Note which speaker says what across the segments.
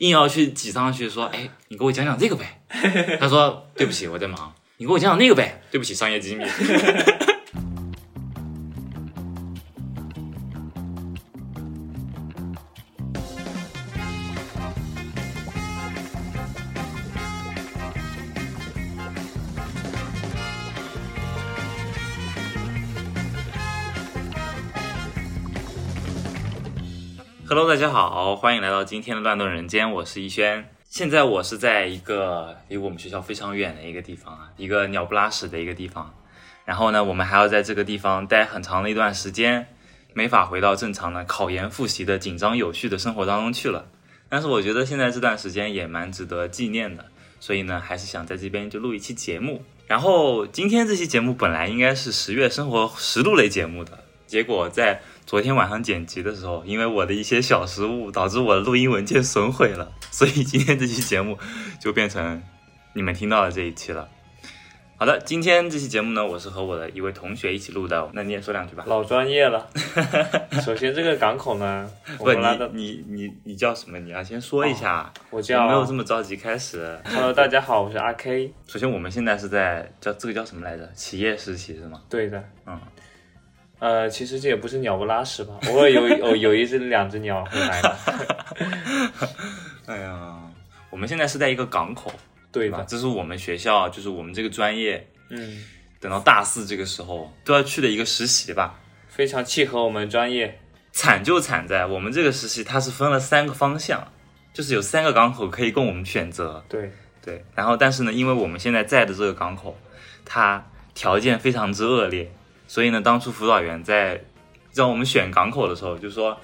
Speaker 1: 硬要去挤上去说，哎，你给我讲讲这个 呗。他说对不起，我在忙。你给我讲讲那个呗，对不起，商业机密。Hello，大家好，欢迎来到今天的乱炖人间，我是逸轩。现在我是在一个离我们学校非常远的一个地方啊，一个鸟不拉屎的一个地方。然后呢，我们还要在这个地方待很长的一段时间，没法回到正常的考研复习的紧张有序的生活当中去了。但是我觉得现在这段时间也蛮值得纪念的，所以呢，还是想在这边就录一期节目。然后今天这期节目本来应该是十月生活实录类节目的，结果在昨天晚上剪辑的时候，因为我的一些小失误，导致我的录音文件损毁了，所以今天这期节目就变成你们听到的这一期了。好的，今天这期节目呢，我是和我的一位同学一起录的，那你也说两句吧。
Speaker 2: 老专业 了。首先，这个港口呢，
Speaker 1: 不，
Speaker 2: 我们
Speaker 1: 你
Speaker 2: 拉的，
Speaker 1: 你你你叫什么？你要先说一下，
Speaker 2: 我
Speaker 1: 也没有
Speaker 2: 叫
Speaker 1: 这么着急开始。
Speaker 2: Hello，大家好，我是阿 K。
Speaker 1: 首先，我们现在是在叫这个叫什么来着？企业实习是吗？
Speaker 2: 对的，
Speaker 1: 嗯，
Speaker 2: 呃，其实这也不是鸟不拉屎吧，偶 尔有有有一只两只鸟会来的。
Speaker 1: 哎呀，我们现在是在一个港口，
Speaker 2: 对
Speaker 1: 对吧
Speaker 2: 的？，
Speaker 1: 这是我们学校，就是我们这个专业，
Speaker 2: 嗯，
Speaker 1: 等到大四这个时候都要去的一个实习吧。
Speaker 2: 非常契合我们专业。
Speaker 1: 惨就惨在我们这个实习它是分了三个方向，就是有三个港口可以供我们选择。
Speaker 2: 对，
Speaker 1: 对，然后但是呢，因为我们现在在的这个港口，它条件非常之恶劣，所以呢，当初辅导员在让我们选港口的时候，就说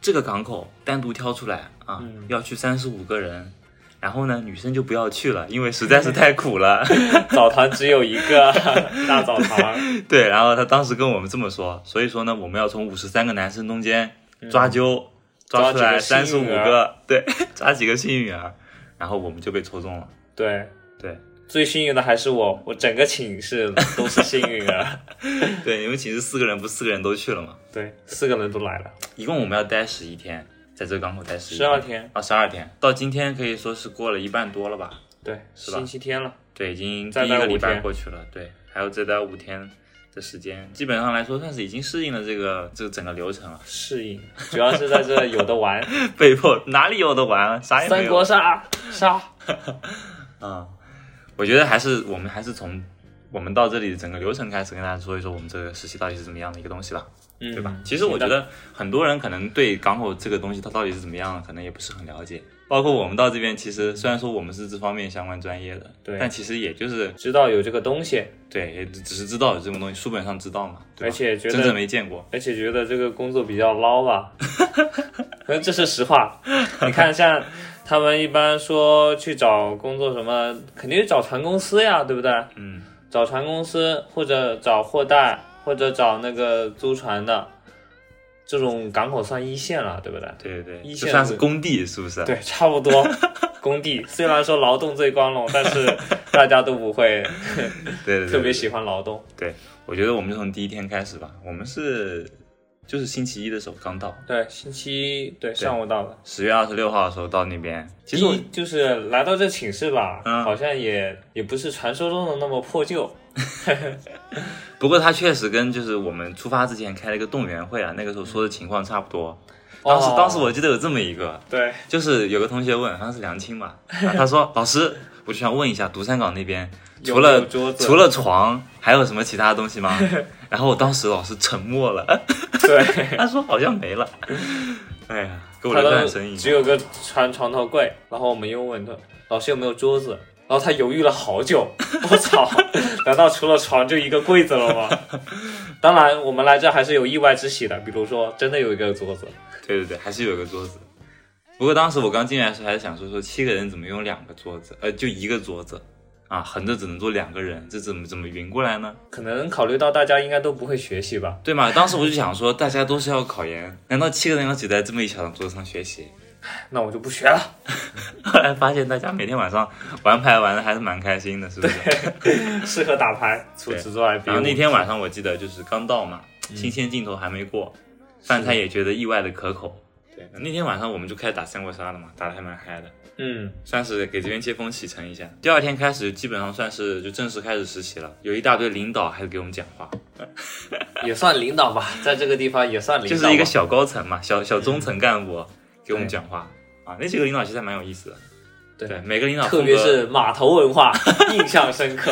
Speaker 1: 这个港口单独挑出来啊，
Speaker 2: 嗯
Speaker 1: 要去三十五个人，然后呢，女生就不要去了，因为实在是太苦了。
Speaker 2: 澡堂只有一个 大澡堂，
Speaker 1: 对，然后他当时跟我们这么说，所以说呢，我们要从五十三个男生中间抓阄，抓出来
Speaker 2: 嗯抓
Speaker 1: 三
Speaker 2: 几
Speaker 1: 十
Speaker 2: 个
Speaker 1: 五
Speaker 2: 幸运儿
Speaker 1: 个，对， 抓几个幸运儿，然后我们就被抽中了。
Speaker 2: 对。
Speaker 1: 对
Speaker 2: 最幸运的还是我，我整个寝室都是幸运儿。
Speaker 1: 对，因为寝室四个人，不是四个人都去了嘛，
Speaker 2: 对，四个人都来了，
Speaker 1: 一共我们要待十一天，在这个港口待十一
Speaker 2: 十二天。
Speaker 1: 啊，十二天，到今天可以说是过了一半多了吧？
Speaker 2: 对，
Speaker 1: 是吧
Speaker 2: 星期天了。
Speaker 1: 对，已经第
Speaker 2: 再
Speaker 1: 一
Speaker 2: 待
Speaker 1: 个礼
Speaker 2: 五
Speaker 1: 拜
Speaker 2: 天
Speaker 1: 过去了，对，还有再待五天的时间，基本上来说算是已经适应了这个这个整个流程了，
Speaker 2: 适应，主要是在这有的玩，
Speaker 1: 被迫哪里有的玩，啥也没有。
Speaker 2: 三国杀杀。
Speaker 1: 嗯，我觉得还是我们还是从我们到这里整个流程开始跟大家说一说我们这个实习到底是怎么样的一个东西吧，
Speaker 2: 嗯
Speaker 1: 对吧？其实我觉，得很多人可能对港口这个东西它到底是怎么样的，可能也不是很了解。包括我们到这边，其实虽然说我们是这方面相关专业的，
Speaker 2: 对
Speaker 1: 但其实也就是
Speaker 2: 知道有这个东西，
Speaker 1: 对，也只是知道有这种东西，书本上知道嘛，对
Speaker 2: 而
Speaker 1: 吧？
Speaker 2: 且觉
Speaker 1: 真正
Speaker 2: 得，
Speaker 1: 没见过，
Speaker 2: 而且觉得这个工作比较捞 吧，可能这是实话。你看，像他们一般说去找工作什么，肯定是找船公司呀，对不对？
Speaker 1: 嗯，
Speaker 2: 找船公司或者找货代，或者找那个租船的，这种港口算一线了，对不对？
Speaker 1: 对对对，
Speaker 2: 一
Speaker 1: 就
Speaker 2: 线
Speaker 1: 算是
Speaker 2: 的
Speaker 1: 工地是不是？
Speaker 2: 对，差 不多。工地虽然说劳动最光荣，但是大家都不会
Speaker 1: 对对对，
Speaker 2: 特别
Speaker 1: 对
Speaker 2: 喜欢劳动。
Speaker 1: 我觉得我们就从第一天开始吧，我们是就是星期一的时候刚到，
Speaker 2: 对，星期一对上午到的。
Speaker 1: 十月二十六号的时候到那边，其实我
Speaker 2: 一就是来到这寝室吧，
Speaker 1: 嗯
Speaker 2: 好像也也不是传说中的那么破旧。
Speaker 1: 不过他确实跟就是我们出发之前开了一个动员会啊，那个时候说的情况差不多。当时、
Speaker 2: 哦
Speaker 1: 当时我记得有这么一个，
Speaker 2: 对，
Speaker 1: 就是有个同学问，好像是梁青 吧，啊他说老师，我就想问一下独山港那边
Speaker 2: 有
Speaker 1: 除
Speaker 2: 没有
Speaker 1: 了
Speaker 2: 桌子，
Speaker 1: 除了床还有什么其他东西吗？ 然后我当时老师沉默了，
Speaker 2: 对，
Speaker 1: 他说好像没了。哎呀，给我
Speaker 2: 他
Speaker 1: 留下
Speaker 2: 都
Speaker 1: 很深印
Speaker 2: 只
Speaker 1: 象。
Speaker 2: 有个床床头柜，然后我们又问他老师有没有桌子，然后他犹豫了 好久。我操，难道除了床就一个柜 子了吗？当然，我们来这还是有意外之喜的，比如说真的有一个桌子，
Speaker 1: 对对对，还是有个桌子。不过当时我刚进来的时候，还是想说说七个人怎么用两个桌子，呃，就一个桌子啊，横着只能坐两个人，这怎么怎么匀过来呢？
Speaker 2: 可能考虑到大家应该都不会学习吧，
Speaker 1: 对嘛？当时我就想说，大家都是要考研，难道七个人要挤在这么一小张桌子上学习？
Speaker 2: 那我就不学了。
Speaker 1: 后来发现大家每天晚上玩牌玩的还是蛮开心的，是不是？
Speaker 2: 适合打牌，除此之外，比
Speaker 1: 然
Speaker 2: 如
Speaker 1: 后那天晚上我记得就是刚到嘛，新鲜劲头还没过，饭菜也觉得意外的可口，对，那天晚上我们就开始打三国杀了嘛，打的还蛮嗨的，
Speaker 2: 嗯，
Speaker 1: 算是给这边接风洗尘一下。第二天开始，基本上算是就正式开始实习了，有一大堆领导还给我们讲话，
Speaker 2: 也算领导吧，在这个地方也算领
Speaker 1: 就
Speaker 2: 导吧，
Speaker 1: 是一个小高层嘛，小小中层干部给我们讲话啊。那几个领导其实还蛮有意思的，
Speaker 2: 对
Speaker 1: 对，每个领导
Speaker 2: 特别
Speaker 1: 风格
Speaker 2: 是码头文化印象深刻。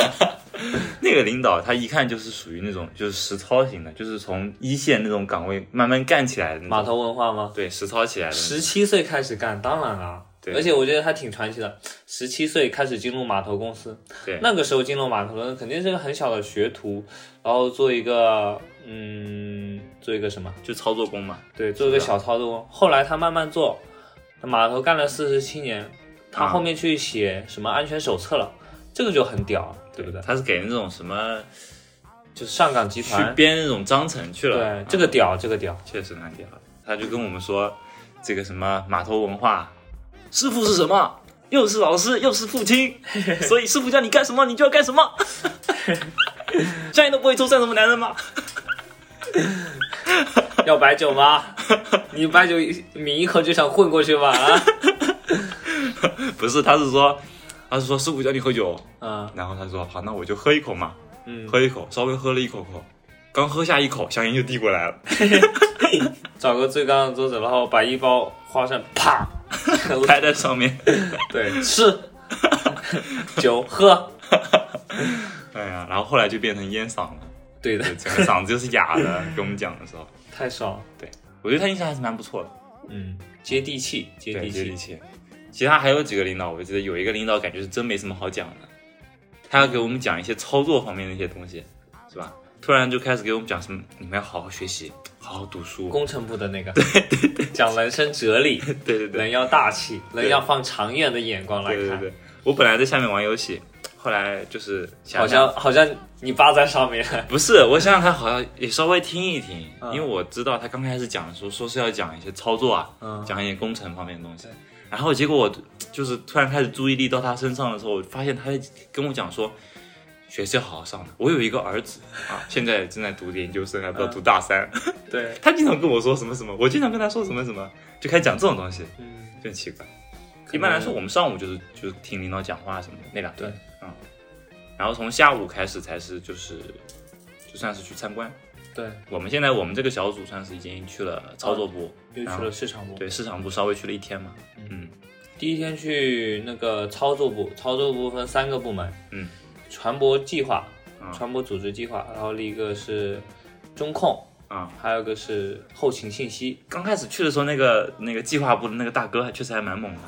Speaker 1: 那个领导，他一看就是属于那种就是实操型的，就是从一线那种岗位慢慢干起来的那种
Speaker 2: 码头文化吗？
Speaker 1: 对实操起来的那种。
Speaker 2: 十七岁开始干，当然啦。
Speaker 1: 对
Speaker 2: 而且我觉得他挺传奇的，十七岁开始进入码头公司，
Speaker 1: 对
Speaker 2: 那个时候进入码头呢，肯定是个很小的学徒，然后做一个，嗯，做一个什么？
Speaker 1: 就操作工嘛，
Speaker 2: 对，做一个
Speaker 1: 是啊
Speaker 2: 小操作。后来他慢慢做，码头干了四十七年，他
Speaker 1: 啊
Speaker 2: 后面去写什么安全手册了，这个就很屌，对不对？
Speaker 1: 他是给那种什么
Speaker 2: 就上港集
Speaker 1: 去
Speaker 2: 团，
Speaker 1: 编那种章程去了。
Speaker 2: 对，这个屌，这个屌。
Speaker 1: 确实难点了。他就跟我们说，这个什么码头文化，师傅是什么？又是老师，又是父 亲，所以师傅叫你干什么，你就要干什 么。像你都不会做，算什么男人吗？
Speaker 2: 要白酒 吗？你白酒一抿一口就想混过去吗？ 啊，
Speaker 1: 不是，他是说，他是说师傅叫你喝酒，
Speaker 2: 嗯
Speaker 1: 然后他说好，那我就喝一口嘛，
Speaker 2: 嗯，
Speaker 1: 喝一口，稍微喝了一口口，刚喝下一口，香烟就递过来 了，
Speaker 2: 找个最高的桌子，然后把一包花生啪，
Speaker 1: 拍在上面。
Speaker 2: 对，吃 酒喝，
Speaker 1: 哎呀，然后后来就变成烟嗓了，
Speaker 2: 对的，
Speaker 1: 对，整个嗓子就是哑的。跟我们讲的时候，
Speaker 2: 太爽了，
Speaker 1: 我觉得他印象还是蛮不错的。
Speaker 2: 嗯，接地气，接
Speaker 1: 对，
Speaker 2: 地
Speaker 1: 接
Speaker 2: 气，
Speaker 1: 地气。其他还有几个领导，我记得有一个领导感觉是真没什么好讲的，他要给我们讲一些操作方面的一些东西，是吧？突然就开始给我们讲什么，你们要好好学习，好好读书。
Speaker 2: 工程部的那 个，对对对，讲人生哲理，
Speaker 1: 对对对
Speaker 2: 人要大气，人要放长远的眼光来
Speaker 1: 对对
Speaker 2: 看，
Speaker 1: 对，我本来在下面玩游戏，后来就是想
Speaker 2: 好
Speaker 1: 想
Speaker 2: 像好像你爸在上面，
Speaker 1: 不是，我想想他好像也稍微听一听，
Speaker 2: 嗯
Speaker 1: 因为我知道他刚开始讲的时候说是要讲一些操作啊，
Speaker 2: 嗯
Speaker 1: 讲一点工程方面的东西。然后结果我就是突然开始注意力到他身上的时候，我发现他在跟我讲说，学习要好好上的。我有一个儿子啊，现在正在读研究生，还不知道读大三。
Speaker 2: 嗯对，
Speaker 1: 他经常跟我说什么什么，我经常跟他说什么什么，就开始讲这种东西，
Speaker 2: 嗯，
Speaker 1: 就很奇怪。
Speaker 2: 能
Speaker 1: 一般来说，我们上午就是就是听领导讲话什么的那两
Speaker 2: 对
Speaker 1: 天，嗯，然后从下午开始才是就是就算是去参观。
Speaker 2: 对，
Speaker 1: 我们现在我们这个小组算是已经去了操作部，
Speaker 2: 又去了市场部。
Speaker 1: 对市场部稍微去了一天嘛，嗯，
Speaker 2: 第一天去那个操作部，操作部分三个部门，
Speaker 1: 嗯，
Speaker 2: 船舶计划、
Speaker 1: 啊
Speaker 2: 船舶组织计划，然后另一个是中控，
Speaker 1: 啊，
Speaker 2: 还有一个是后勤信息
Speaker 1: 刚开始去的时候，那个那个计划部的那个大哥还确实还蛮猛的，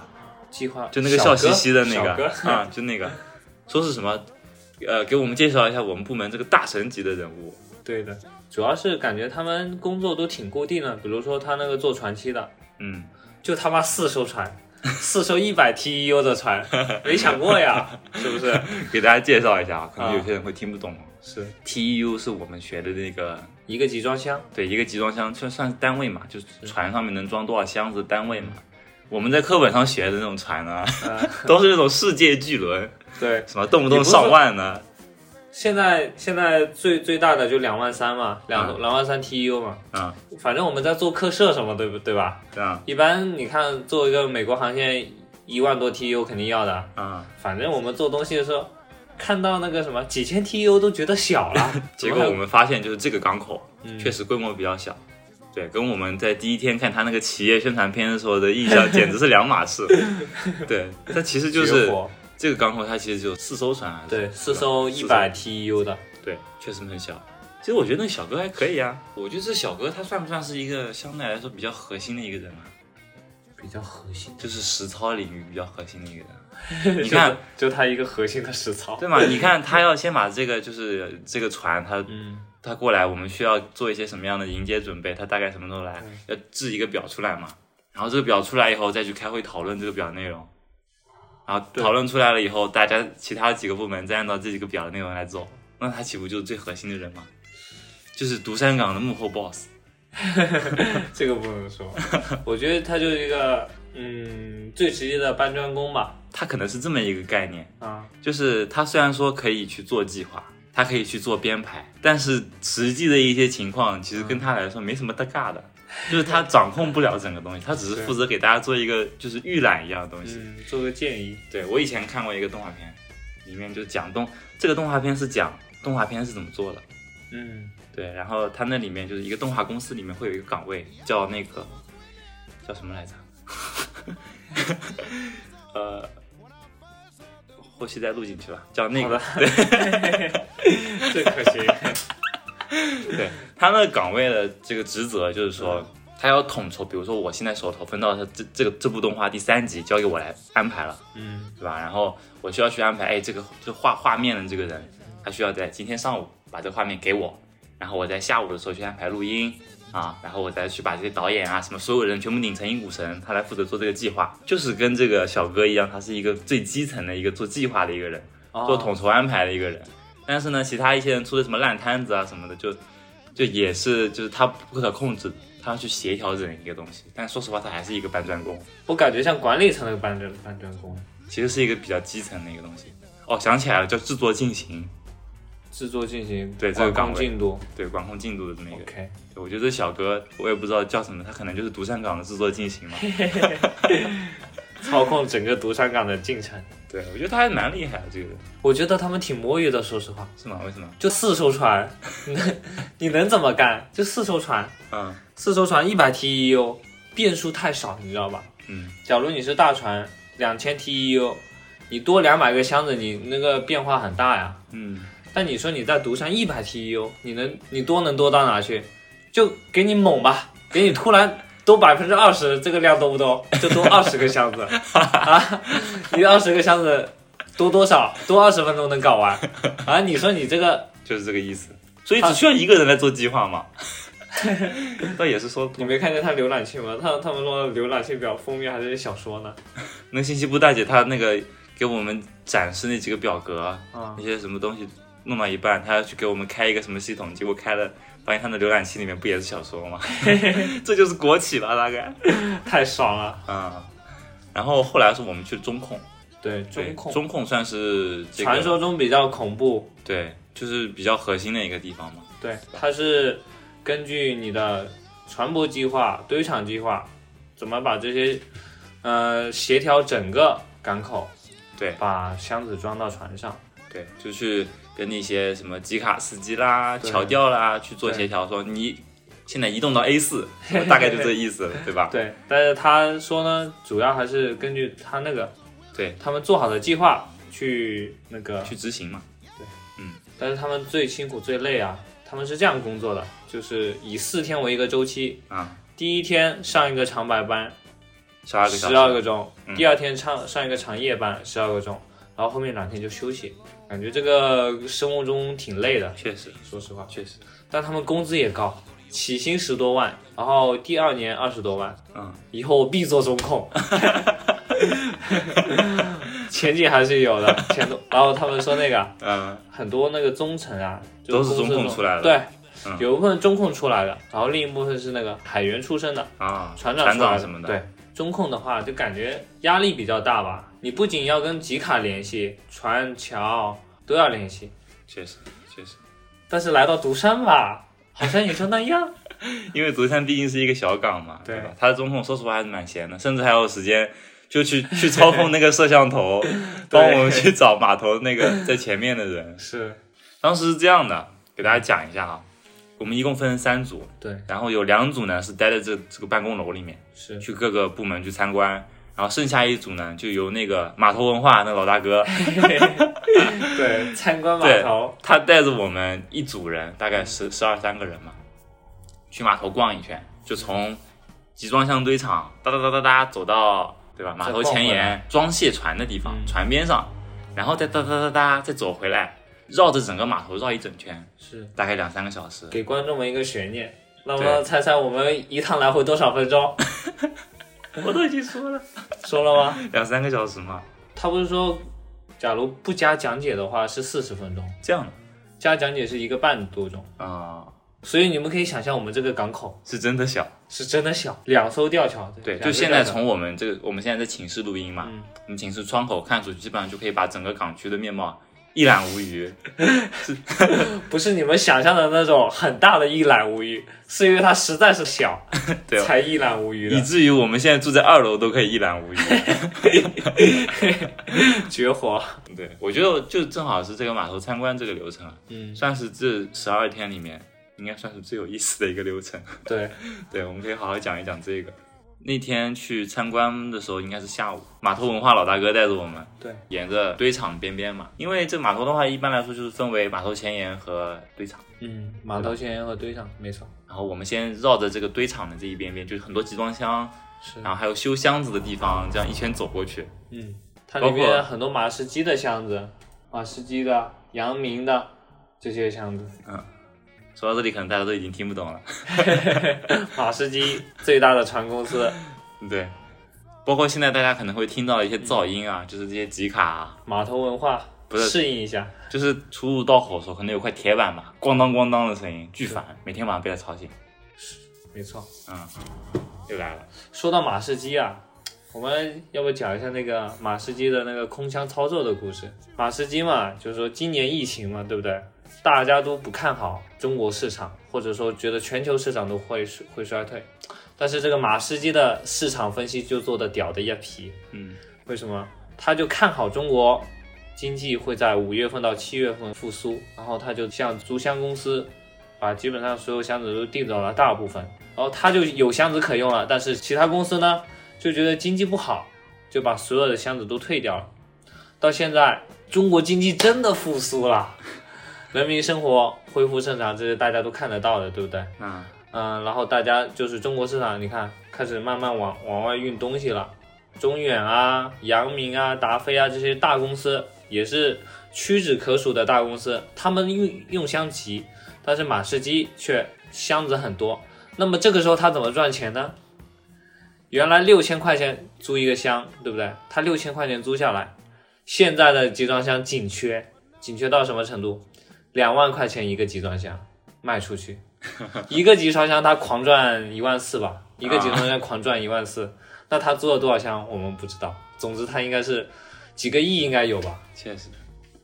Speaker 2: 计划，
Speaker 1: 就那个
Speaker 2: 小
Speaker 1: 笑嘻嘻的那
Speaker 2: 哥
Speaker 1: 个啊，就那个说是什么，呃，给我们介绍一下我们部门这个大神级的人物，
Speaker 2: 对的，主要是感觉他们工作都挺固定的，比如说他那个做船期的，
Speaker 1: 嗯，
Speaker 2: 就他妈四艘 船。四艘一百 TEU 的船，没想过呀，是不 是？
Speaker 1: 给大家介绍一下啊，可能有些人会听不懂。
Speaker 2: 是
Speaker 1: TEU 是我们学的那个，
Speaker 2: 一个集装箱，
Speaker 1: 对，一个集装箱，算算是单位嘛，就是船上面能装多少箱子的单位嘛。我们在课本上学的那种船呢，
Speaker 2: 嗯，
Speaker 1: 都是那种世界巨轮，
Speaker 2: 对。
Speaker 1: 什么动不动上万呢，
Speaker 2: 现在现在最最大的就两万三嘛，两
Speaker 1: 嗯
Speaker 2: 两万三 TEU 嘛，
Speaker 1: 啊，
Speaker 2: 反正我们在做客社什么，对不对吧？
Speaker 1: 这样
Speaker 2: 一般你看做一个美国航线，一万多 TU 肯定要的。
Speaker 1: 啊，，
Speaker 2: 反正我们做东西的时候，看到那个什么几千 TU 都觉得小了
Speaker 1: 结果我们发现就是这个港口。确
Speaker 2: 实、
Speaker 1: 实规模比较小。对，跟我们在第一天看他那个企业宣传片的时候的印 象简直是两码事。对，它其实就
Speaker 2: 绝
Speaker 1: 是
Speaker 2: 活
Speaker 1: 这个港口，它其实只有四艘船还是什么，
Speaker 2: 对四艘一百 TU 的，
Speaker 1: 对，确实很小。其实我觉得那小哥还可以啊，我觉得这小哥他算不算是一个相对来说比较核心的一个人啊？
Speaker 2: 比较核 心。
Speaker 1: 就是实操领域比较核心的一个人。啊
Speaker 2: 你
Speaker 1: 看，
Speaker 2: 就他一个核心的实操。
Speaker 1: 对嘛？你看他要先把这个就是这个船，他
Speaker 2: 嗯，
Speaker 1: 他过来，我们需要做一些什么样的迎接准备？他大概什么时候来？要制一个表出来嘛。然后这个表出来以后，再去开会讨论这个表内容。然后讨论出来了以后，大家其他几个部门再按照这几个表的内容来走，那他岂不就是最核心的人吗？就是独山港的幕后 boss。
Speaker 2: 这个不能说，我觉得他就是一个嗯最直接的搬砖工吧。
Speaker 1: 他可能是这么一个概念，
Speaker 2: 啊，
Speaker 1: 就是他虽然说可以去做计划，他可以去做编排，但是实际的一些情况其实跟他来说没什么搭嘎的。就是他掌控不了整个东西，他只是
Speaker 2: 是
Speaker 1: 负责给大家做一个就是预览一样的东西。
Speaker 2: 嗯，做个建议，
Speaker 1: 对我以前看过一个动画片，里面就讲动这个动画片是讲动画片是怎么做的。
Speaker 2: 嗯，
Speaker 1: 对，然后它那里面就是一个动画公司里面会有一个岗位叫那个叫什么来着？ 呃，后期再录进去吧，叫那
Speaker 2: 好
Speaker 1: 个
Speaker 2: 的。 这可行，
Speaker 1: 对他那个岗位的这个职责就是说，他要统筹，比如说我现在手头分到他这这个这部动画第三集交给我来安排了，
Speaker 2: 嗯
Speaker 1: 对吧？然后我需要去安排，哎，这个这画画面的这个人，他需要在今天上午把这个画面给我，然后我在下午的时候去安排录音啊，然后我再去把这些导演啊什么所有人全部拧成一股绳，他来负责做这个计划，就是跟这个小哥一样，他是一个最基层的一个做计划的一个人。
Speaker 2: 哦
Speaker 1: 做统筹安排的一个人。但是呢，其他一些人出的什么烂摊子啊什么的，就就也是就是他不可控制，他要去协调整一个东西。但说实话，他还是一个搬砖工，
Speaker 2: 我感觉像管理层的搬砖搬砖工，
Speaker 1: 其实是一个比较基层的一个东西。哦，想起来了，叫制作进行，
Speaker 2: 制作进行
Speaker 1: 对这个岗
Speaker 2: 管控
Speaker 1: 位
Speaker 2: 进度
Speaker 1: 对，管控进度的这么一个。
Speaker 2: ，OK，
Speaker 1: 对我觉得这小哥我也不知道叫什么，他可能就是独善港的制作进行嘛。
Speaker 2: 操控整个独山港的进程。
Speaker 1: 对，我觉得他还蛮厉害的，这个人
Speaker 2: 我觉得他们挺摸鱼的，说实话，
Speaker 1: 是吗？为什么？
Speaker 2: 就四艘船， 你能怎么干？就四艘船，
Speaker 1: 嗯
Speaker 2: 四艘船一百 TEU，变数太少，你知道吧？
Speaker 1: 嗯
Speaker 2: 假如你是大船，两千 TEU，你多两百个箱子，你那个变化很大呀。
Speaker 1: 嗯，
Speaker 2: 但你说你在独山一百 TEU，你能你多能多到哪去？就给你猛吧，给你突然多百分之二十，这个量多不多？就多二十个箱 子啊！你二十个箱子多多少？多二十分钟能搞完啊？你说你这个
Speaker 1: 就是这个意思。所以只需要一个人来做计划嘛，倒也是说不通
Speaker 2: 你没看见他浏览器吗？他他们说浏览器表封面还是小说呢。
Speaker 1: 那信息部大姐她那个给我们展示那几个表格，
Speaker 2: 啊
Speaker 1: 那些什么东西弄到一半，她要去给我们开一个什么系统，结果开了，发现她的浏览器里面不也是小说 吗？这就是国企吧，大概
Speaker 2: 太爽了。
Speaker 1: 啊。然后后来是我们去中控，对
Speaker 2: 对，中控，
Speaker 1: 中控算是这
Speaker 2: 传
Speaker 1: 个
Speaker 2: 说中比较恐怖。
Speaker 1: 对，就是比较核心的一个地方嘛。
Speaker 2: 对，它是根据你的船舶计划、堆场计划，怎么把这些呃协调整个港口，
Speaker 1: 对
Speaker 2: 把箱子装到船上。
Speaker 1: 对，就去跟那些什么吉卡司机啦、
Speaker 2: 对
Speaker 1: 桥吊啦去做
Speaker 2: 对
Speaker 1: 协调，说你现在移动到 A 四，大概就这意思，啊对吧？
Speaker 2: 对，但是他说呢，主要还是根据他那个
Speaker 1: 对
Speaker 2: 他们做好的计划去那个，
Speaker 1: 去执行嘛。
Speaker 2: 但是他们最辛苦最累啊。他们是这样工作的，就是以四天为一个周期，
Speaker 1: 啊，
Speaker 2: 第一天上一个长白班，
Speaker 1: 十二个小时，
Speaker 2: 十二个钟，
Speaker 1: 嗯
Speaker 2: 第二天上上一个长夜班十二个钟，然后后面两天就休息。感觉这个生物钟挺累的，
Speaker 1: 确实，
Speaker 2: 说实话。
Speaker 1: 确实，
Speaker 2: 但他们工资也高，起薪十多万，然后第二年二十多万。
Speaker 1: 嗯，
Speaker 2: 以后我必做中控， 前景还是有的。前途。然后他们说那个
Speaker 1: 嗯，
Speaker 2: 很多那个中层啊，就
Speaker 1: 都是
Speaker 2: 公司
Speaker 1: 中控
Speaker 2: 中
Speaker 1: 出来的
Speaker 2: 对，
Speaker 1: 嗯
Speaker 2: 有一部分中控出来的，然后另一部分是那个海员出身的。
Speaker 1: 啊，
Speaker 2: 船
Speaker 1: 船
Speaker 2: 出来
Speaker 1: 长
Speaker 2: 的
Speaker 1: 什么的，，
Speaker 2: 对，中控的话就感觉压力比较大吧。你不仅要跟吉卡联系，船桥都要联系，
Speaker 1: 确实确实，
Speaker 2: 但是来到独山吧，好像也就那样。
Speaker 1: 因为独山毕竟是一个小港嘛，
Speaker 2: 对
Speaker 1: 吧？他的中控说实话还是蛮闲的，甚至还有时间就 去去操控那个摄像头，帮我们去找码头那个在前面的人。
Speaker 2: 是，
Speaker 1: 当 时是这样的，给大家讲一下啊，我们一共分成三组，
Speaker 2: 对，
Speaker 1: 然后有两组呢是待在这这个办公楼里面，
Speaker 2: 是，
Speaker 1: 去各个部门去参观。然后剩下一组呢，就由那个码头文化那老大哥，
Speaker 2: 对，参观码
Speaker 1: 对
Speaker 2: 头，
Speaker 1: 他带着我们一组人，大概十十二三个人嘛，去码头逛一圈，就从集装箱堆场哒哒哒哒哒走到对吧码头前
Speaker 2: 再逛回
Speaker 1: 沿装卸船的地方，
Speaker 2: 嗯
Speaker 1: 船边上，然后再哒哒哒哒再走回来，绕着整个码头绕一整圈，
Speaker 2: 是
Speaker 1: 大概两三个小时。
Speaker 2: 给观众们一个悬念。那
Speaker 1: 对
Speaker 2: 么猜猜我们一趟来回多少 分钟？
Speaker 1: 我都已经说了
Speaker 2: 说了吗？
Speaker 1: 两三个小时嘛，
Speaker 2: 他不是说，假如不加讲解的话是四十分钟，
Speaker 1: 这样的
Speaker 2: 加讲解是一个半多钟。
Speaker 1: 啊、
Speaker 2: 所以你们可以想象我们这个港口
Speaker 1: 是真的小。
Speaker 2: 是真的小，两艘吊桥。
Speaker 1: 对，
Speaker 2: 两个
Speaker 1: 就现在
Speaker 2: 吊桥
Speaker 1: 从我们这个，我们现在在寝室录音嘛，
Speaker 2: 嗯
Speaker 1: 我们寝室窗口看出去，基本上就可以把整个港区的面貌一览无余。
Speaker 2: 不是你们想象的那种很大的一览无余，是因为它实在是小，
Speaker 1: 对哦
Speaker 2: 才一览无余
Speaker 1: 以
Speaker 2: 的，
Speaker 1: 至于我们现在住在二楼都可以一览无余。
Speaker 2: 绝活。
Speaker 1: 对，我觉得就正好是这个码头参观这个流程，嗯，算是这十二天里面应该算是最有意思的一个流程。
Speaker 2: 对，
Speaker 1: 对，我们可以好好讲一讲这个。那天去参观的时候应该是下午，码头文化老大哥带着我们，
Speaker 2: 对，
Speaker 1: 沿着堆场边边嘛，因为这码头的话一般来说就是分为码头前沿和堆场。
Speaker 2: 嗯，码头前沿和堆上没错，
Speaker 1: 然后我们先绕着这个堆场的这一边边，就是很多集装箱，
Speaker 2: 是，
Speaker 1: 然后还有修箱子的地方，这样一圈走过去。
Speaker 2: 嗯，它
Speaker 1: 包
Speaker 2: 里
Speaker 1: 括
Speaker 2: 面很多马士基的箱子，马士基的、阳明的这些箱子，
Speaker 1: 说到这里，可能大家都已经听不懂了。
Speaker 2: 马士基最大的船公司
Speaker 1: 对，包括现在大家可能会听到一些噪音啊，就是这些集卡啊，
Speaker 2: 码头文化，
Speaker 1: 不是
Speaker 2: 适应一下，
Speaker 1: 就是出入道口的时候可能有块铁板嘛，咣当咣当的声音，巨烦，每天晚上被它吵醒。
Speaker 2: 没错。
Speaker 1: 嗯，又来了。
Speaker 2: 说到马士基啊，我们要不讲一下那个马士基的那个空箱操作的故事？马士基嘛，就是说今年疫情嘛，对不对？大家都不看好中国市场，或者说觉得全球市场都会会衰退，但是这个马士基的市场分析就做的屌的一批。
Speaker 1: 嗯，
Speaker 2: 为什么？他就看好中国经济会在五月份到七月份复苏，然后他就向足箱公司把基本上所有箱子都订走了大部分，然后他就有箱子可用了，但是其他公司呢就觉得经济不好，就把所有的箱子都退掉了。到现在，中国经济真的复苏了， 人民生活恢复正常，这是大家都看得到的，对不对？
Speaker 1: 那
Speaker 2: 嗯，然后大家就是中国市场，你看开始慢慢往往外运东西了，中远啊、阳明啊、达飞啊这些大公司也是屈指可数的大公司，他们运用箱急，但是马士基却箱子很多。那么这个时候他怎么赚钱呢？原来六千块钱租一个箱，对不对？他六千块钱租下来，现在的集装箱紧缺，紧缺到什么程度？两万块钱一个集装箱卖出去。一个集装箱他狂赚一万四吧，一个集装箱狂赚一万四，那他做了多少箱我们不知道，总之他应该是几个亿应该有吧，
Speaker 1: 确实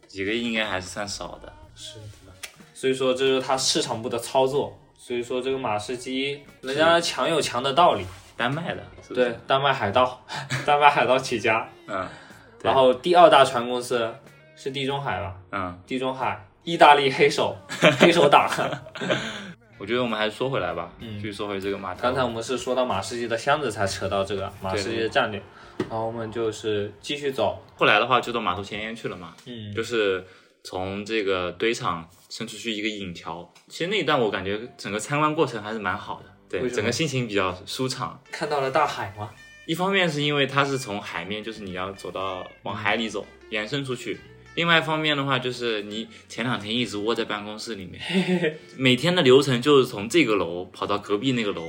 Speaker 1: 几个亿应该还是算少的。
Speaker 2: 是所以说这就是他市场部的操作，所以说这个马士基人家强有强的道理，
Speaker 1: 丹麦的，是不是？
Speaker 2: 对，丹麦海盗， 丹麦海盗起家，
Speaker 1: 嗯对
Speaker 2: 然后第二大船公司是地中海吧，
Speaker 1: 嗯，
Speaker 2: 地中海。意大利黑 手，黑手党。
Speaker 1: 我觉得我们还是说回来吧，继续说回这个码头。
Speaker 2: 嗯刚才我们是说到马士基的箱子，才扯到这个马士基的战略，然后我们就是继续走，
Speaker 1: 后来的话就到码头前沿去了嘛，
Speaker 2: 嗯，
Speaker 1: 就是从这个堆场伸出去一个引桥。其实那一段我感觉整个参观过程还是蛮好的，对，
Speaker 2: 为什么
Speaker 1: 整个心情比较舒畅。
Speaker 2: 看到了大海吗？
Speaker 1: 一方面是因为它是从海面，就是你要走到往海里走，延伸出去。另外一方面的话，就是你前两天一直窝在办公室里面， 每天的流程就是从这个楼跑到隔壁那个楼，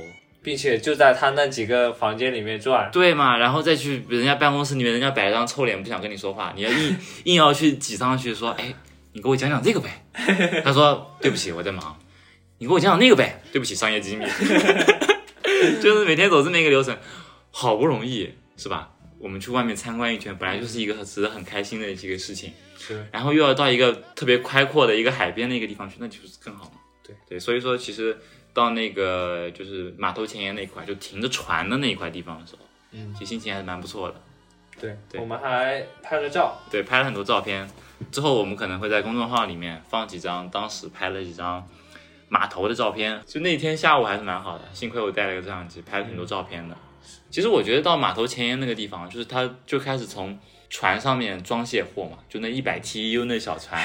Speaker 2: 并且就在他那几个房间里面转，
Speaker 1: 对嘛，然后再去人家办公室里面，人家摆一张臭脸不想跟你说话，你要 硬硬要去挤上去说，哎，你给我讲讲这个 呗。他说对不起，我在忙。你给我讲讲那个呗，对不起，商业 机密。就是每天走这么一个流程，好不容易是吧？我们去外面参观一圈，本来就是一个很值得很开心的一个事情，
Speaker 2: 是
Speaker 1: 然后又要到一个特别开阔的一个海边的一个地方去，那就是更好嘛。
Speaker 2: 对
Speaker 1: 对，所以说其实到那个就是码头前沿那一块，就停着船的那一块地方的时候，
Speaker 2: 嗯，
Speaker 1: 其实心情还是蛮不错的。
Speaker 2: 对，
Speaker 1: 对
Speaker 2: 我们还拍了照，
Speaker 1: 对，拍了很多照片，之后我们可能会在公众号里面放几张当时拍了几张码头的照片。就那天下午还是蛮好的，幸亏我带了个照相机，拍了挺多照片的。其实我觉得到码头前沿那个地方，就是它就开始从船上面装卸货嘛，就那一百 TEU 那小船。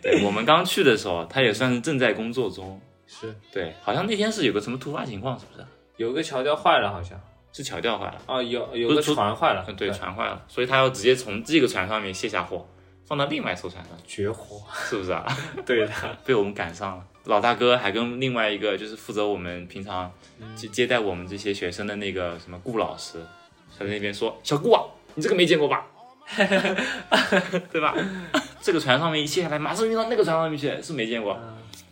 Speaker 1: 对，我们刚去的时候，它也算是正在工作中。
Speaker 2: 是
Speaker 1: 对，好像那天是有个什么突发情况，是不是？
Speaker 2: 有个桥吊坏了好像，
Speaker 1: 是桥吊坏了。
Speaker 2: 啊，有有
Speaker 1: 不
Speaker 2: 个
Speaker 1: 是出
Speaker 2: 船坏了，呃
Speaker 1: 嗯，对，，船坏了，所以他要直接从这个船上面卸下货，放到另外一艘船上，
Speaker 2: 绝活，
Speaker 1: 是不是啊？
Speaker 2: 对的，
Speaker 1: 被我们赶上了。老大哥还跟另外一个就是负责我们平常接接待我们这些学生的那个什么顾老师，他在那边说：“小顾啊，你这个没见过吧？ 对吧？这个船上面一卸下来，马上运到那个船上面去，是没见过。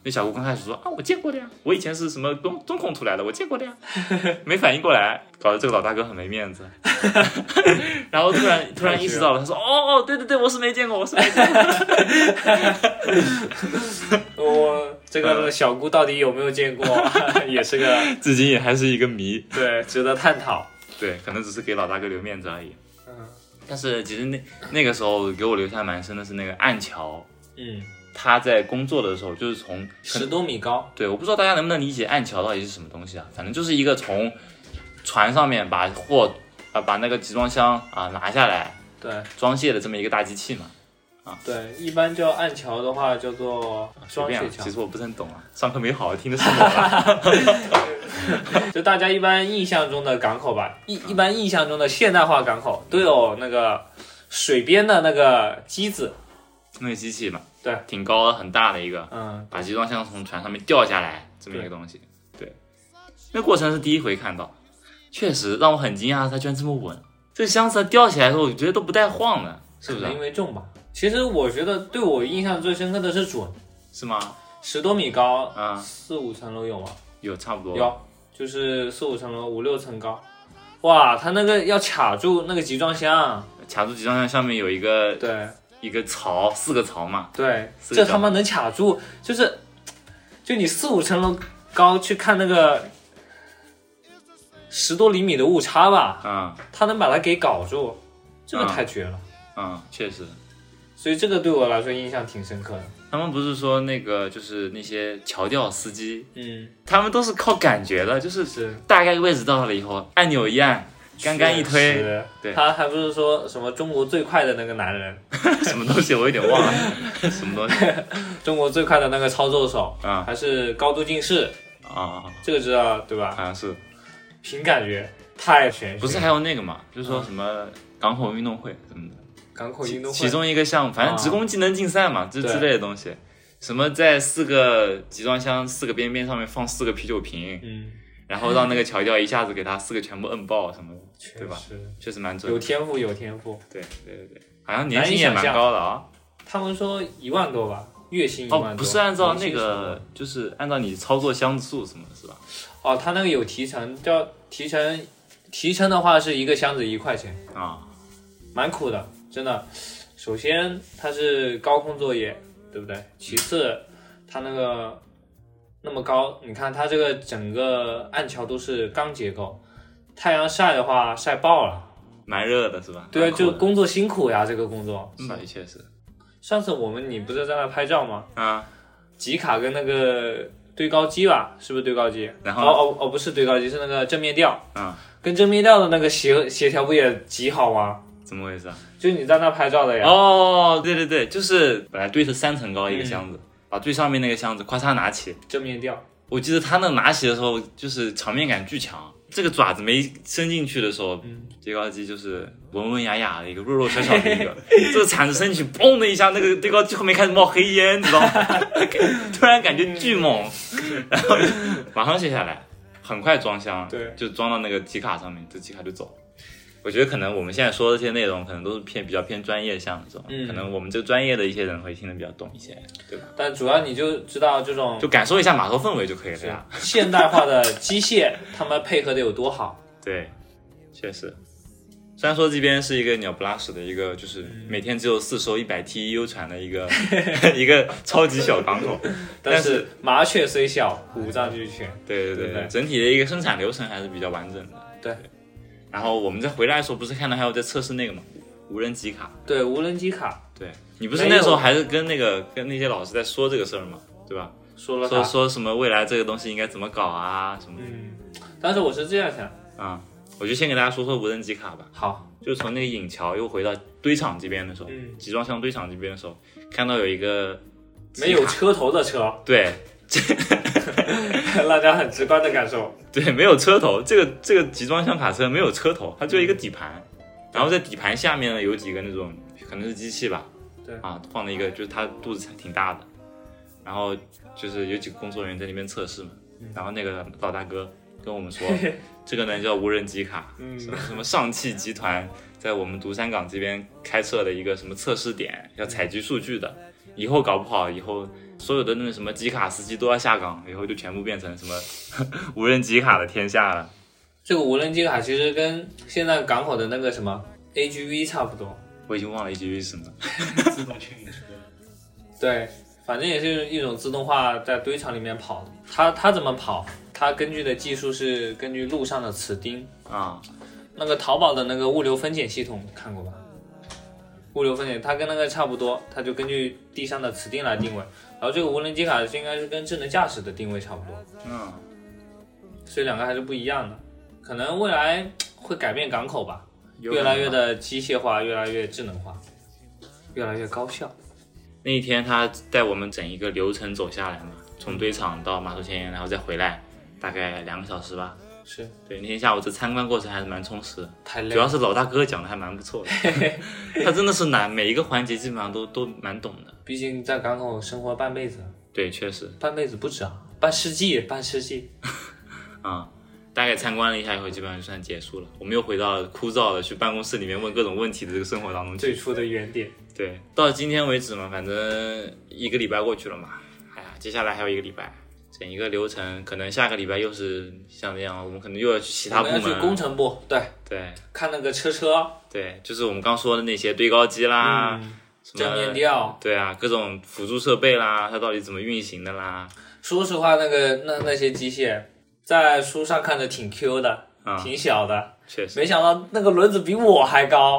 Speaker 1: 那小姑刚开始说啊，我见过的呀，我以前是什么中中控出来的，我见过的呀，没反应过来，搞得这个老大哥很没面子。 然后突然突然意识到了，他说哦哦，对对对，我是没见过，我是没见过。
Speaker 2: 我这
Speaker 1: 呃
Speaker 2: 个小姑到底有没有见过， 也是个
Speaker 1: 至今也还是一个谜。
Speaker 2: 对值得探讨。
Speaker 1: 对，可能只是给老大哥留面子而已。
Speaker 2: 嗯
Speaker 1: 但是其实那那个时候给我留下蛮深的是那个暗桥，
Speaker 2: 嗯，
Speaker 1: 他在工作的时候就是从
Speaker 2: 十多米高，
Speaker 1: 对，我不知道大家能不能理解暗桥到底是什么东西啊？反正就是一个从船上面把货啊、把那个集装箱啊、拿下来
Speaker 2: 对
Speaker 1: 装卸的这么一个大机器嘛。
Speaker 2: 对，一般叫暗桥的话叫做
Speaker 1: 随
Speaker 2: 双
Speaker 1: 便啊
Speaker 2: 雪，桥
Speaker 1: 其，实我不是很懂啊，上课没好好听的是我 吧？
Speaker 2: 就大家一般印象中的港口吧，
Speaker 1: 啊
Speaker 2: 一一般印象中的现代化港口都有那个水边的那个机子，
Speaker 1: 那个机器嘛，
Speaker 2: 对，
Speaker 1: 挺高的，很大的一个，
Speaker 2: 嗯，
Speaker 1: 把集装箱从船上面掉下来这么一个东西。对，那过程是第一回看到，确实让我很惊讶，它居然这么稳。这箱子掉起来的时候，我觉得都不带晃的，是不
Speaker 2: 可
Speaker 1: 是
Speaker 2: 能
Speaker 1: 啊
Speaker 2: 因？为重吧。其实我觉得对我印象最深刻的是准，
Speaker 1: 是吗？
Speaker 2: 十多米高，
Speaker 1: 啊，
Speaker 2: 四五层楼有吗？
Speaker 1: 有差不多。
Speaker 2: 有，就是四五层楼，五六层高。哇，他那个要卡住那个集装箱，
Speaker 1: 卡住集装箱上面有一个
Speaker 2: 对
Speaker 1: 一个槽，四个槽嘛，
Speaker 2: 对，
Speaker 1: 四个
Speaker 2: 这
Speaker 1: 角
Speaker 2: 他妈能卡住，就是就你四五层楼高去看那个十多厘米的误差吧，
Speaker 1: 嗯
Speaker 2: 他能把它给搞住，这个
Speaker 1: 嗯
Speaker 2: 太绝了。
Speaker 1: 嗯，确实，
Speaker 2: 所以这个对我来说印象挺深刻的。
Speaker 1: 他们不是说那个就是那些桥吊司机，
Speaker 2: 嗯，
Speaker 1: 他们都是靠感觉的，就是
Speaker 2: 是
Speaker 1: 大概位置到了以后，按钮一按，杆杆一
Speaker 2: 确
Speaker 1: 推，
Speaker 2: 实
Speaker 1: 对
Speaker 2: 他还不是说什么中国最快的那个男人，
Speaker 1: 什么东西我有点忘了，什么东西
Speaker 2: 中国最快的那个操作手，
Speaker 1: 啊
Speaker 2: 还是高度近视，
Speaker 1: 啊，
Speaker 2: 这个知道对吧？
Speaker 1: 好像啊是，
Speaker 2: 凭感觉，太玄学。
Speaker 1: 不是还有那个嘛，就是说什么港口运动会什么的，
Speaker 2: 港口运动会，
Speaker 1: 其中一个项目，反正
Speaker 2: 啊
Speaker 1: 职工技能竞赛嘛，这、
Speaker 2: 对
Speaker 1: 之类的东西，什么在四个集装箱四个边边上面放四个啤酒瓶，
Speaker 2: 嗯，
Speaker 1: 然后让那个桥吊一下子给它四个全部摁爆什么的，
Speaker 2: 确
Speaker 1: 对吧
Speaker 2: 实
Speaker 1: 确实蛮准
Speaker 2: 有
Speaker 1: 的。
Speaker 2: 天赋，有天赋。
Speaker 1: 对对对对，好像年薪也蛮高的啊。
Speaker 2: 他们说一万多吧，月薪一万嗯多。
Speaker 1: 哦，不是按照
Speaker 2: 年
Speaker 1: 那
Speaker 2: 薪
Speaker 1: 个，就是按照你操作箱数什么的是吧？
Speaker 2: 是多少哦，他那个有提成，叫提成，提成的话是一个箱子一块钱，
Speaker 1: 啊，
Speaker 2: 蛮苦的，真的。首先它是高空作业，对不对？其次，它那个那么高，你看它这个整个暗桥都是钢结构，太阳晒的话晒爆了。
Speaker 1: 蛮热的是吧？
Speaker 2: 对啊，
Speaker 1: 蛮酷
Speaker 2: 就
Speaker 1: 的
Speaker 2: 工作辛苦呀，这个工作。
Speaker 1: 嗯，也确实
Speaker 2: 上次我们你不是在那拍照吗？
Speaker 1: 啊，
Speaker 2: 吉卡跟那个堆高机吧，是不是堆高机？
Speaker 1: 然后呢
Speaker 2: 哦哦哦，不是堆高机，是那个正面吊。
Speaker 1: 嗯，
Speaker 2: 跟正面吊的那个协协调不也极好吗？
Speaker 1: 怎么回事啊？
Speaker 2: 就你在那拍照的呀。
Speaker 1: 哦，对对对，就是本来堆成三层高一个箱子，
Speaker 2: 嗯
Speaker 1: 把最上面那个箱子咔嚓拿起，
Speaker 2: 正面吊，
Speaker 1: 我记得他那拿起的时候，就是场面感巨强。这个爪子没伸进去的时候，
Speaker 2: 嗯
Speaker 1: 堆高机就是文文雅雅的一个，弱弱小小的一个。 这个铲子伸进去，嘣的一下，那个堆高机后面开始冒黑烟，你知道吗？ 突然感觉巨猛，
Speaker 2: 嗯
Speaker 1: 然后马上卸下来，很快装箱，
Speaker 2: 对
Speaker 1: 就装到那个集卡上面，这集卡就走。我觉得可能我们现在说的这些内容，可能都是偏比较偏专业项这种，
Speaker 2: 嗯
Speaker 1: 可能我们这个专业的一些人会听得比较懂一些，对吧？
Speaker 2: 但主要你就知道这种
Speaker 1: 就啊感受一下码头氛围就可以了
Speaker 2: 是
Speaker 1: 呀。
Speaker 2: 现代化的机械，他们配合的有 多好。
Speaker 1: 对，确实。虽然说这边是一个鸟不拉屎的一个，就是
Speaker 2: 嗯
Speaker 1: 每天只有四艘一百 TEU 船的一个 一个超级小港 口，但是
Speaker 2: 但是麻雀虽小，五脏俱全。
Speaker 1: 对对
Speaker 2: 对
Speaker 1: 对
Speaker 2: 对
Speaker 1: 对，整体的一个生产流程还是比较完整的。
Speaker 2: 对。
Speaker 1: 然后我们再回来的时候，不是看到还有在测试那个嘛，无人机卡。
Speaker 2: 对，无人机卡
Speaker 1: 对你不是
Speaker 2: 没有
Speaker 1: 那时候还是跟那个跟那些老师在说这个事儿嘛，对吧？
Speaker 2: 说了
Speaker 1: 说
Speaker 2: 它。
Speaker 1: 说什么未来这个东西应该怎么搞啊什么的
Speaker 2: 嗯，当时我是这样想，
Speaker 1: 啊、我就先给大家说说无人机卡吧。
Speaker 2: 好，
Speaker 1: 就是从那个引桥又回到堆场这边的时候，
Speaker 2: 嗯
Speaker 1: 集装箱堆场这边的时候，看到有一个
Speaker 2: 没有
Speaker 1: 集卡
Speaker 2: 车头的车，
Speaker 1: 对
Speaker 2: 大家很直观的感受。
Speaker 1: 对没有车头，这个这个集装箱卡车没有车头，它就一
Speaker 2: 嗯
Speaker 1: 个底盘，然后在底盘下面呢有几个那种可能是机器吧，
Speaker 2: 对
Speaker 1: 啊放了一个就是它肚子挺大的，然后就是有几个工作人员在那边测试嘛，
Speaker 2: 嗯
Speaker 1: 然后那个老大哥跟我们 说，这个呢叫无人机卡，
Speaker 2: 嗯
Speaker 1: 什么什么上汽集团在我们独山港这边开设了一个什么测试点，要采集数据的，以后搞不好以后所有的那个什么集卡司机都要下岗，以后就全部变成什么无人集卡的天下了。
Speaker 2: 这个无人机卡其实跟现在港口的那个什么 AGV 差不多，
Speaker 1: 我已经忘了 AGV 是什么了。
Speaker 3: 自动牵引车，
Speaker 2: 对，反正也是一种自动化在堆场里面跑的。它它怎么跑？它根据的技术是根据路上的磁钉。
Speaker 1: 啊，
Speaker 2: 那个淘宝的那个物流分拣系统看过吧？物流分拣它跟那个差不多，它就根据地上的磁定来定位。然后这个无人机卡是应该是跟智能驾驶的定位差不多，
Speaker 1: 嗯，
Speaker 2: 所以两个还是不一样的。可能未来会改变港口吧，
Speaker 1: 有
Speaker 2: 越来越
Speaker 1: 可能吧。
Speaker 2: 的机械化，越来越智能化，越来越高效。
Speaker 1: 那一天他带我们整一个流程走下来嘛，从堆场到码头前沿，然后再回来，大概两个小时吧。
Speaker 2: 是
Speaker 1: 对，那天下午这参观过程还是蛮充实的，
Speaker 2: 太累
Speaker 1: 主要
Speaker 2: 了，
Speaker 1: 是老大哥讲的还蛮不错的， 他真的是难，每一个环节基本上都都蛮懂的。
Speaker 2: 毕竟在港口生活半辈子，
Speaker 1: 对，确实
Speaker 2: 半辈子不止啊，半世纪，半世纪。
Speaker 1: 啊、大概参观了一下以后，基本上就算结束了。我们又回到枯燥的去办公室里面问各种问题的这个生活当中去。
Speaker 2: 最初的原点，
Speaker 1: 对，到今天为止嘛，反正一个礼拜过去了嘛，哎呀，接下来还有一个礼拜，整一个流程可能下个礼拜又是像这样，我们可能又要去其他
Speaker 2: 我
Speaker 1: 部
Speaker 2: 们要
Speaker 1: 门。啊
Speaker 2: 去工程部，对，
Speaker 1: 对
Speaker 2: 看那个车车，
Speaker 1: 对，就是我们刚说的那些堆高机啦，
Speaker 2: 嗯，
Speaker 1: 啊什
Speaker 2: 正面
Speaker 1: 么
Speaker 2: 吊。
Speaker 1: 对啊，各种辅助设备啦，它到底怎么运行的啦，
Speaker 2: 说实话，那个那那些机械，在书上看着挺 Q 的，
Speaker 1: 啊、
Speaker 2: 挺小的，
Speaker 1: 确实，
Speaker 2: 没想到那个轮子比我还 高，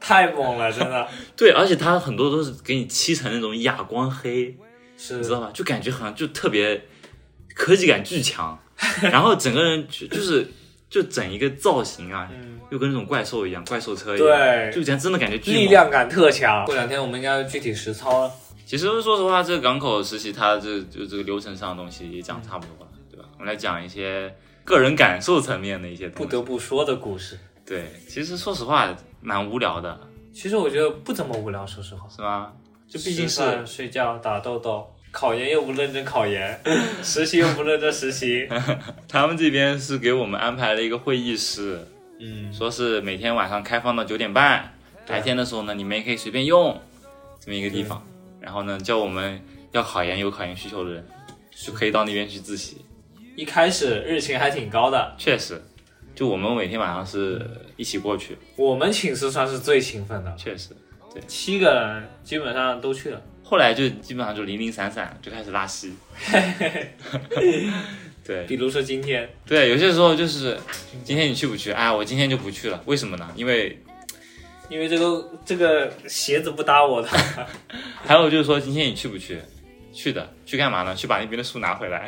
Speaker 2: 太猛了，真的
Speaker 1: 对，而且它很多都是给你漆成那种哑光黑，
Speaker 2: 是
Speaker 1: 你知道吧？就感觉好像就特别科技感巨强，然后整个人就就是就整一个造型啊，
Speaker 2: 嗯
Speaker 1: 又跟那种怪兽一样，怪兽车一样，
Speaker 2: 对
Speaker 1: 就真真的感觉巨猛
Speaker 2: 力。量感特强。过两天我们应该具体实操了，
Speaker 1: 其实说实话，这个港口实习它这就这个流程上的东西也
Speaker 2: 嗯
Speaker 1: 讲差不多了，对吧？我们来讲一些个人感受层面的一些
Speaker 2: 不
Speaker 1: 东西。
Speaker 2: 得不说的故事。
Speaker 1: 对，其实说实话蛮无聊的，
Speaker 2: 其实我觉得不怎么无聊，说实话，
Speaker 1: 是吗？
Speaker 2: 就毕竟
Speaker 1: 是
Speaker 2: 是睡觉、打豆豆、考研又不认真考研， 实习又不认真实习。
Speaker 1: 他们这边是给我们安排了一个会议室，
Speaker 2: 嗯，
Speaker 1: 说是每天晚上开放到九点半，
Speaker 2: 对
Speaker 1: 白天的时候呢，你们也可以随便用，这么一个地方。然后呢，叫我们要考研有考研需求的人，就可以到那边去自习。
Speaker 2: 一开始日勤还挺高的，
Speaker 1: 确实，就我们每天晚上是一起过去，
Speaker 2: 我们寝室算是最勤奋的，
Speaker 1: 确实。
Speaker 2: 七个人基本上都去了。
Speaker 1: 后来就基本上就零零散散就开始拉稀。对
Speaker 2: 比如说今天，
Speaker 1: 对，有些时候就是今天你去不去？哎，我今天就不去了，为什么呢？因为
Speaker 2: 因为这个这个鞋子不搭我的，
Speaker 1: 还有就是说今天你去不去？去的，去干嘛呢？去把那边的书拿回来。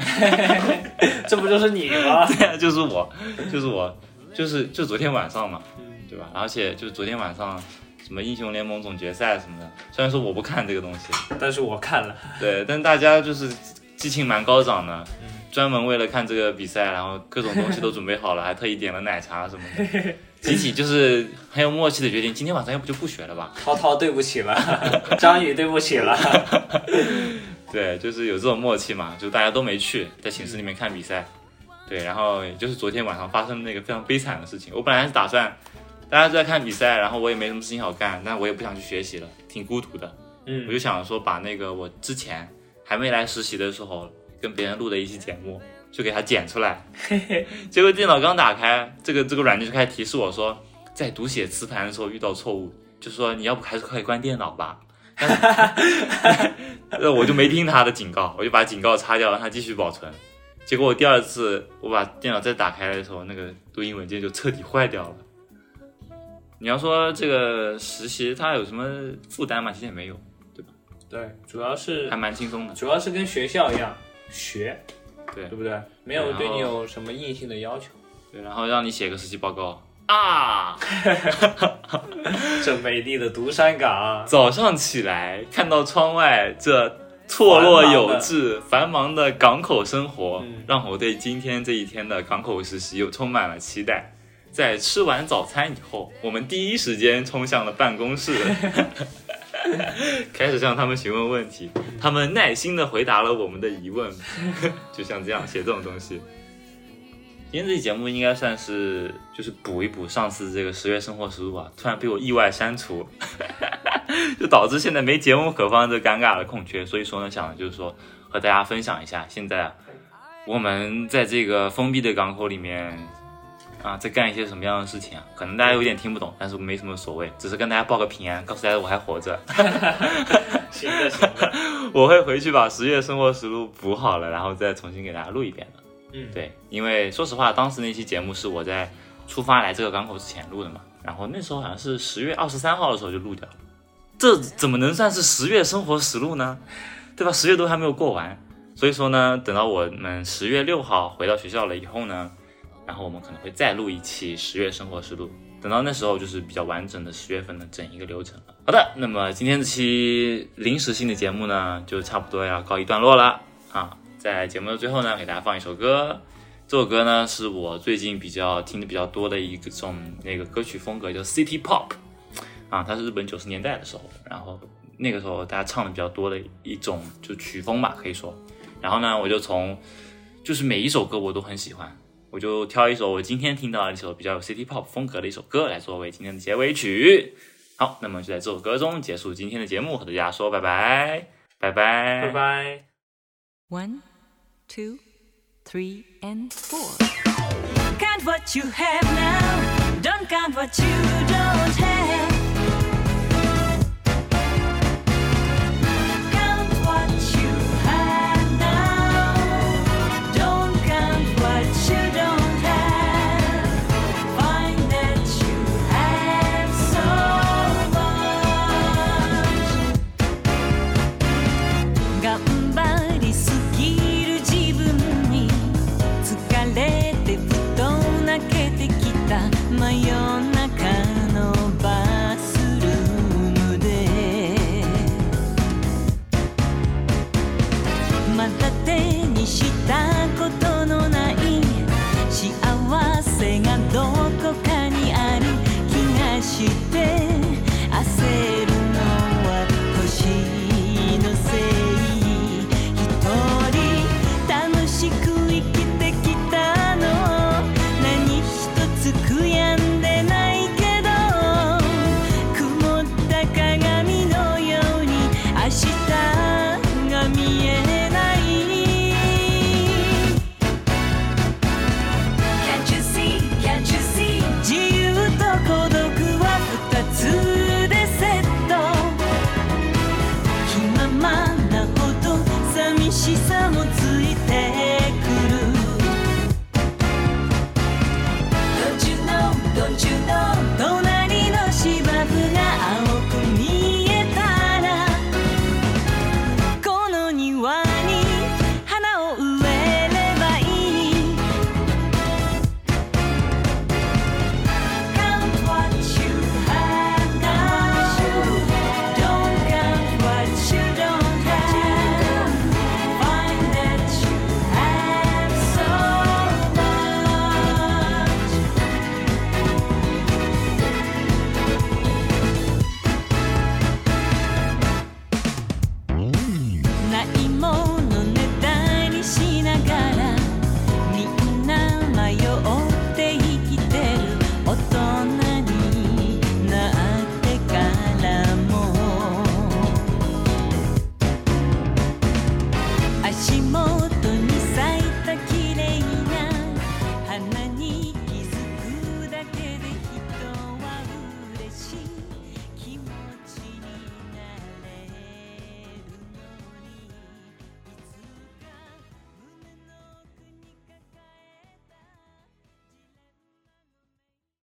Speaker 2: 这不就是你吗？
Speaker 1: 就是我，就是我，就是就昨天晚上嘛，对吧？而且就是昨天晚上什么英雄联盟总决赛什么的，虽然说我不看这个东西，
Speaker 2: 但是我看了，
Speaker 1: 对，但大家就是激情蛮高涨的
Speaker 2: 嗯，
Speaker 1: 专门为了看这个比赛，然后各种东西都准备好了，还特意点了奶茶什么的，集体就是很有默契的决定，今天晚上要不就不学了吧？
Speaker 2: 涛涛对不起了， 张宇对不起了，
Speaker 1: 对，就是有这种默契嘛，就大家都没去，在寝室里面看比赛。对，然后也就是昨天晚上发生那个非常悲惨的事情。我本来是打算大家都在看比赛，然后我也没什么事情好干，但我也不想去学习了，挺孤独的。我
Speaker 2: 嗯，
Speaker 1: 就想说，把那个我之前还没来实习的时候跟别人录的一期节目，就给它剪出来。结果电脑刚打开，这个这个软件就开始提示我说，在读写磁盘的时候遇到错误，就说你要不还是快关电脑吧。但是 呃我就没听他的警告，我就把警告擦掉，让它继续保存。结果我第二次我把电脑再打开的时候，那个录音文件就彻底坏掉了。你要说这个实习它有什么负担吗？其实也没有，
Speaker 2: 对，主要是
Speaker 1: 还蛮轻松的。
Speaker 2: 主要是跟学校一样学，
Speaker 1: 对
Speaker 2: 对不对？没有
Speaker 1: 然后
Speaker 2: 对你有什么硬性的要求，
Speaker 1: 对，然后让你写个实习报告啊。
Speaker 2: 这美丽的独山港，
Speaker 1: 早上起来看到窗外这错落有致、繁忙的港口生活，
Speaker 2: 嗯
Speaker 1: 让我对今天这一天的港口实习又充满了期待。在吃完早餐以后，我们第一时间冲向了办公室， 开始向他们询问问题。他们耐心的回答了我们的疑问， 就像这样写这种东西。今天这期节目应该算啊是就是补一补上次这个十月生活实录吧，突然被我意外删除。就导致现在没节目可放这尴尬的空缺。所以说呢，想的就是说和大家分享一下，现在啊我们在这个封闭的港口里面啊，在干一些什么样的事情啊？可能大家有点听不懂，但是没什么所谓，只是跟大家报个平安，告诉大家我还活着。
Speaker 2: 行的行的，
Speaker 1: 我会回去把十月生活实录补好了，然后再重新给大家录一遍的。
Speaker 2: 嗯，
Speaker 1: 对，因为说实话，当时那期节目是我在出发来这个港口之前录的嘛，然后那时候好像是十月二十三号的时候就录掉了，这怎么能算是十月生活实录呢？对吧？十月都还没有过完，所以说呢，等到我们十月六号回到学校了以后呢，然后我们可能会再录一期十月生活实录。等到那时候就是比较完整的十月份的整一个流程了。好的，那么今天这期临时性的节目呢，就差不多要告一段落了啊。在节目的最后呢，给大家放一首歌，这首歌呢是我最近比较听的比较多的一种那个歌曲风格，叫 City Pop，啊，它是日本九十年代的时候，然后那个时候大家唱的比较多的一种就曲风吧，可以说。然后呢，我就从就是每一首歌我都很喜欢，我就挑一首我今天听到的一首比较有 City Pop 风格的一首歌来作为今天的结尾曲。好，那么就在这首歌中结束今天的节目，和大家说拜拜，拜拜，
Speaker 2: 拜拜。
Speaker 3: One, two, three, and four. Count what you have now. Don't count what you don't have.